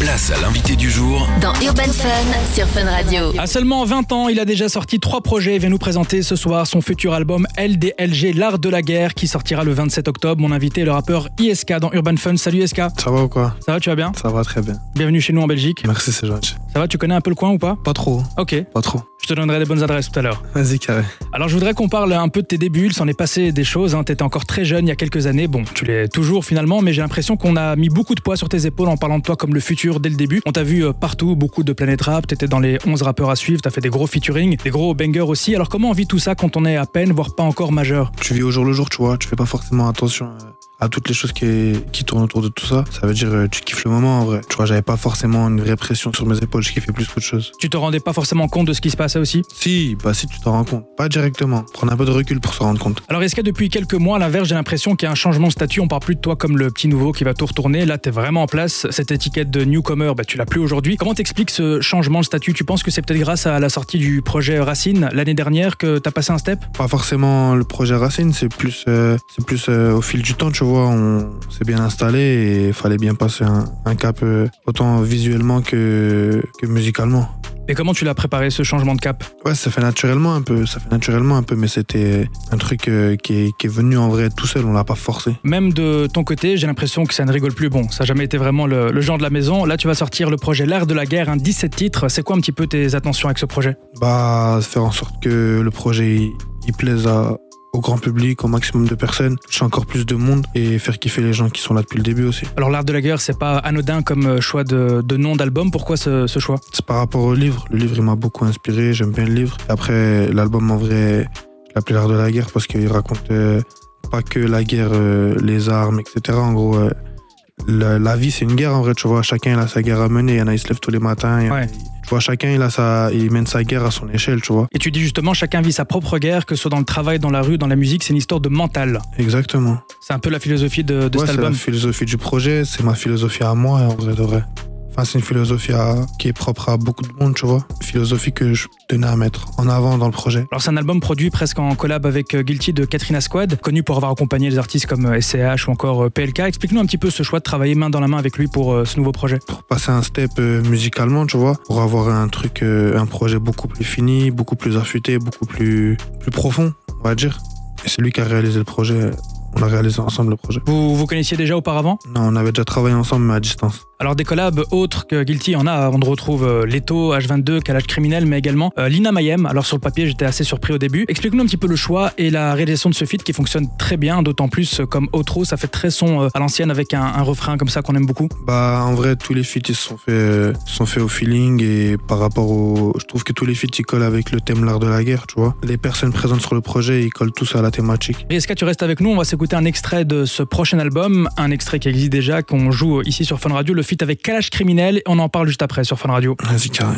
Place à l'invité du jour Dans Urban Fun sur Fun Radio. À seulement 20 ans, il a déjà sorti trois projets et vient nous présenter ce soir son futur album LDLG, l'art de la guerre, qui sortira le 27 octobre. Mon invité est le rappeur ISK dans Urban Fun. Salut ISK, Ça va ou quoi ça va, tu vas bien Ça va très bien. Bienvenue chez nous en Belgique. Merci, c'est gentil. Ça va, tu connais un peu le coin ou pas Pas trop, Ok, pas trop. je te donnerai des bonnes adresses tout à l'heure. Vas-y, carré. Alors je voudrais qu'on parle un peu de tes débuts, il s'en est passé des choses, hein. t'étais encore très jeune il y a quelques années, bon tu l'es toujours finalement, mais j'ai l'impression qu'on a mis beaucoup de poids sur tes épaules en parlant de toi comme le futur dès le début. On t'a vu euh, partout, beaucoup de planète rap, t'étais dans les 11 rappeurs à suivre, t'as fait des gros featuring, des gros bangers aussi, alors comment on vit tout ça quand on est à peine, voire pas encore majeur Tu vis au jour le jour, tu vois. Tu fais pas forcément attention euh, à toutes les choses qui, qui tournent autour de tout ça. Ça veut dire euh, tu kiffes le moment en vrai. Tu vois, j'avais pas forcément une vraie pression sur mes épaules. Je kiffais plus qu'autre chose. Tu te rendais pas forcément compte de ce qui se passait aussi Si, bah si, tu t'en rends compte. Pas directement. Prendre un peu de recul pour s'en rendre compte. Alors est-ce que depuis quelques mois, à l'inverse, j'ai l'impression qu'il y a un changement de statut, on parle plus de toi comme le petit nouveau qui va tout retourner, là t'es vraiment en place, cette étiquette de newcomer, bah, tu l'as plus aujourd'hui. Comment t'expliques ce changement de statut Tu penses que c'est peut-être grâce à la sortie du projet Racine l'année dernière que t'as passé un step Pas forcément le projet Racine, c'est plus, euh, c'est plus euh, au fil du temps, tu vois. On s'est bien installé et il fallait bien passer un, un cap euh, autant visuellement que, que musicalement. Et comment tu l'as préparé ce changement de cap Ouais, ça fait naturellement un peu, ça fait naturellement un peu, mais c'était un truc euh, qui, est, qui est venu en vrai tout seul, on l'a pas forcé. Même de ton côté, j'ai l'impression que ça ne rigole plus. Bon, ça n'a jamais été vraiment le, le genre de la maison. Là, tu vas sortir le projet L'Art de la Guerre, un 17 titres. C'est quoi un petit peu tes attentions avec ce projet Bah, faire en sorte que le projet il, il plaise à- au grand public, au maximum de personnes, toucher encore plus de monde et faire kiffer les gens qui sont là depuis le début aussi. Alors, L'Art de la Guerre, c'est pas anodin comme euh, choix de, de nom d'album. Pourquoi ce- ce choix C'est par rapport au livre, le livre il m'a beaucoup inspiré, j'aime bien le livre. Après, l'album en vrai, je l'appelais l'art de la guerre parce qu'il raconte euh, pas que la guerre, euh, les armes, etc. En gros, euh, la, la vie c'est une guerre en vrai, tu vois, chacun il a sa guerre à mener, il y en a, il se lève tous les matins, il y en a, Ouais. Tu vois, chacun, il, a sa, il mène sa guerre à son échelle, tu vois. Et tu dis justement, chacun vit sa propre guerre, que ce soit dans le travail, dans la rue, dans la musique, c'est une histoire de mental. Exactement. C'est un peu la philosophie de, de Ouais, cet c'est la album. philosophie du projet, c'est ma philosophie à moi, en vrai de vrai. Enfin, c'est une philosophie à- qui est propre à beaucoup de monde, tu vois. Une philosophie que je tenais à mettre en avant dans le projet. Alors c'est un album produit presque en collab avec euh, Guilty de Katrina Squad, connu pour avoir accompagné les artistes comme euh, SCH ou encore euh, PLK. Explique-nous un petit peu ce choix de travailler main dans la main avec lui pour euh, ce nouveau projet. Pour passer un step euh, musicalement, tu vois. Pour avoir un truc, euh, un projet beaucoup plus fini, beaucoup plus affûté, beaucoup plus, plus profond, on va dire. Et c'est lui qui a réalisé le projet. On a réalisé ensemble le projet. Vous vous connaissiez déjà auparavant Non, on avait déjà travaillé ensemble, mais à distance. Alors des collabs autres que Guilty, il y en a. On retrouve euh, Leto, H22, Calage Criminel, mais également euh, Lina Mayem. Alors sur le papier, j'étais assez surpris au début. Explique-nous un petit peu le choix et la réalisation de ce feat qui fonctionne très bien, d'autant plus euh, comme outro, ça fait très son euh, à l'ancienne avec un, un refrain comme ça qu'on aime beaucoup. Bah en vrai tous les feats ils se sont faits euh, se sont faits au feeling et par rapport au je trouve que tous les feats ils collent avec le thème l'art de la guerre tu vois les personnes présentes sur le projet ils collent tous à la thématique Et Eska, tu restes avec nous, on va s'écouter un extrait de ce prochain album, un extrait qui existe déjà, qu'on joue euh, ici sur Fun Radio, le feat avec Calage Criminel, et on en parle juste après sur Fun Radio. vas-y carré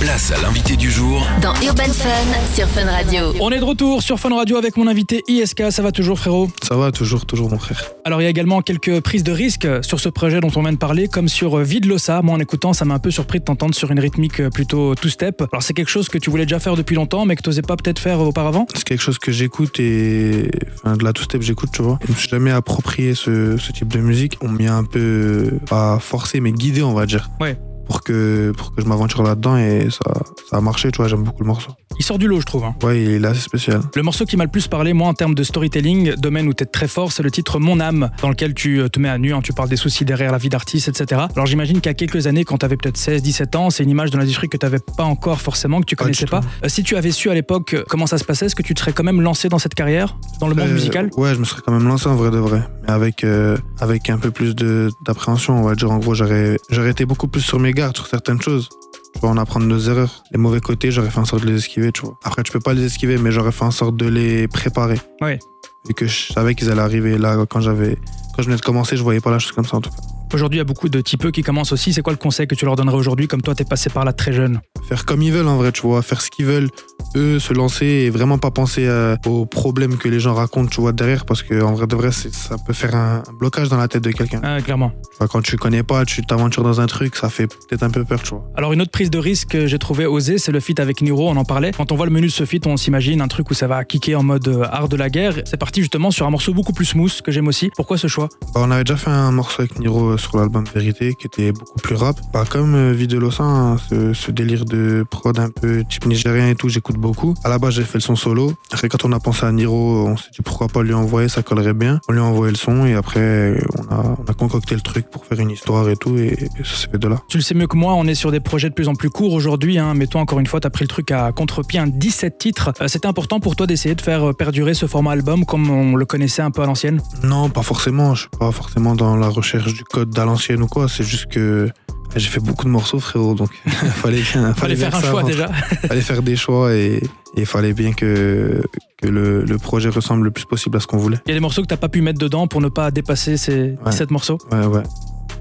Place à l'invité du jour Dans Urban Fun sur Fun Radio. On est de retour sur Fun Radio avec mon invité ISK, ça va toujours frérot ça va toujours toujours mon frère Alors il y a également quelques prises de risques sur ce projet dont on vient de parler, comme sur euh, Vide Lossa. Moi en écoutant, ça m'a un peu surpris de t'entendre sur une rythmique euh, plutôt two-step. Alors c'est quelque chose que tu voulais déjà faire depuis longtemps, mais que t'osais pas peut-être faire euh, auparavant. c'est quelque chose que j'écoute et enfin, de la two-step j'écoute tu vois je me suis jamais approprié ce, ce type de musique on m'y a un peu euh, pas forcé mais guidé on va dire Ouais. pour que pour que je m'aventure là-dedans et ça ça a marché tu vois j'aime beaucoup le morceau Il sort du lot, je trouve. hein. ouais il est assez spécial Le morceau qui m'a le plus parlé, moi, en termes de storytelling, domaine où t'es très fort, c'est le titre Mon âme, dans lequel tu euh, te mets à nu, hein, tu parles des soucis derrière la vie d'artiste, etc. Alors j'imagine qu'à quelques années, quand t'avais peut-être 16, 17 ans, c'est une image de l'industrie que t'avais pas encore forcément, que tu Pas du connaissais pas. tout. Euh, si tu avais su à l'époque euh, comment ça se passait, est-ce que tu te serais quand même lancé dans cette carrière, dans le monde Euh, musical Ouais, je me serais quand même lancé en vrai de vrai. Mais avec, euh, avec un peu plus de- d'appréhension, on va dire. En gros, j'aurais j'aurais été beaucoup plus sur mes gardes sur certaines choses. Tu vois, en apprendre nos erreurs. Les mauvais côtés, j'aurais fait en sorte de les esquiver, tu vois. Après, tu peux pas les esquiver, mais j'aurais fait en sorte de les préparer. Ouais. Vu que je savais qu'ils allaient arriver là quand j'avais. Quand je venais de commencer, je voyais pas la chose comme ça en tout cas. Aujourd'hui, il y a beaucoup de typeux qui commencent aussi. C'est quoi le conseil que tu leur donnerais aujourd'hui, comme toi, t'es passé par là très jeune Faire comme ils veulent en vrai, tu vois. Faire ce qu'ils veulent, eux, se lancer et vraiment pas penser euh, aux problèmes que les gens racontent, tu vois, derrière. Parce que en vrai de vrai, c'est- ça peut faire un un blocage dans la tête de quelqu'un. Ah, Clairement. Tu vois, quand tu connais pas, tu t'aventures dans un truc, ça fait peut-être un peu peur, tu vois. Alors une autre prise de risque que j'ai trouvé osée, c'est le feat avec Niro, on en parlait. Quand on voit le menu de ce feat, on s'imagine un truc où ça va kicker en mode euh, art de la guerre. C'est parti justement sur un morceau beaucoup plus smooth que j'aime aussi. Pourquoi ce choix Bah, on avait déjà fait un morceau avec Niro euh, sur l'album Vérité, qui était beaucoup plus rap. Bah, comme euh, Videolosan, hein, ce, ce délire de prod un peu type nigérien et tout, j'écoute beaucoup. À la base, j'ai fait le son solo. Après, quand on a pensé à Niro, on s'est dit pourquoi pas lui envoyer, ça collerait bien. On lui a envoyé le son et après, on a, on a concocté le truc pour faire une histoire et tout, et, et ça s'est fait de là. Tu le sais mieux que moi, on est sur des projets de plus en plus courts aujourd'hui, hein, mais toi, encore une fois, t'as pris le truc à contre-pied, hein, 17 titres. Euh, C'était important pour toi d'essayer de faire euh, perdurer ce format album comme on le connaissait un peu à l'ancienne Non, pas forcément. Je suis pas forcément dans la recherche du code à l'ancienne ou quoi. C'est juste que j'ai fait beaucoup de morceaux, frérot. Donc, il fallait, fallait, Fallait faire bien un que ça choix rentre. déjà. fallait faire des choix et il fallait bien que, que le, le projet ressemble le plus possible à ce qu'on voulait. Il y a des morceaux que t'as pas pu mettre dedans pour ne pas dépasser ces 17 morceaux. Ouais, ouais.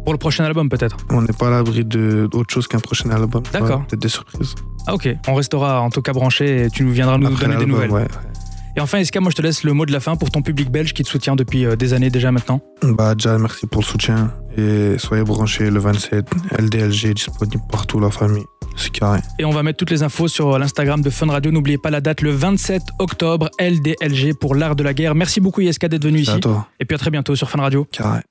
Pour le prochain album peut-être. On n'est pas à l'abri de- d'autre chose qu'un prochain album. tu vois. D'accord. Peut-être des surprises. Ah ok, on restera en tout cas branché et tu nous viendras nous Après donner des l'album, nouvelles. ouais. Et enfin, Eska, moi je te laisse le mot de la fin pour ton public belge qui te soutient depuis euh, des années déjà maintenant. Bah, déjà, merci pour le soutien. Et soyez branchés le 27. LDLG est disponible partout, la famille. C'est carré. Et on va mettre toutes les infos sur euh, l'Instagram de Fun Radio. N'oubliez pas la date le 27 octobre, LDLG pour l'art de la guerre. Merci beaucoup Yeska d'être venu C'est ici. à toi. Et puis à très bientôt sur Fun Radio. Carré.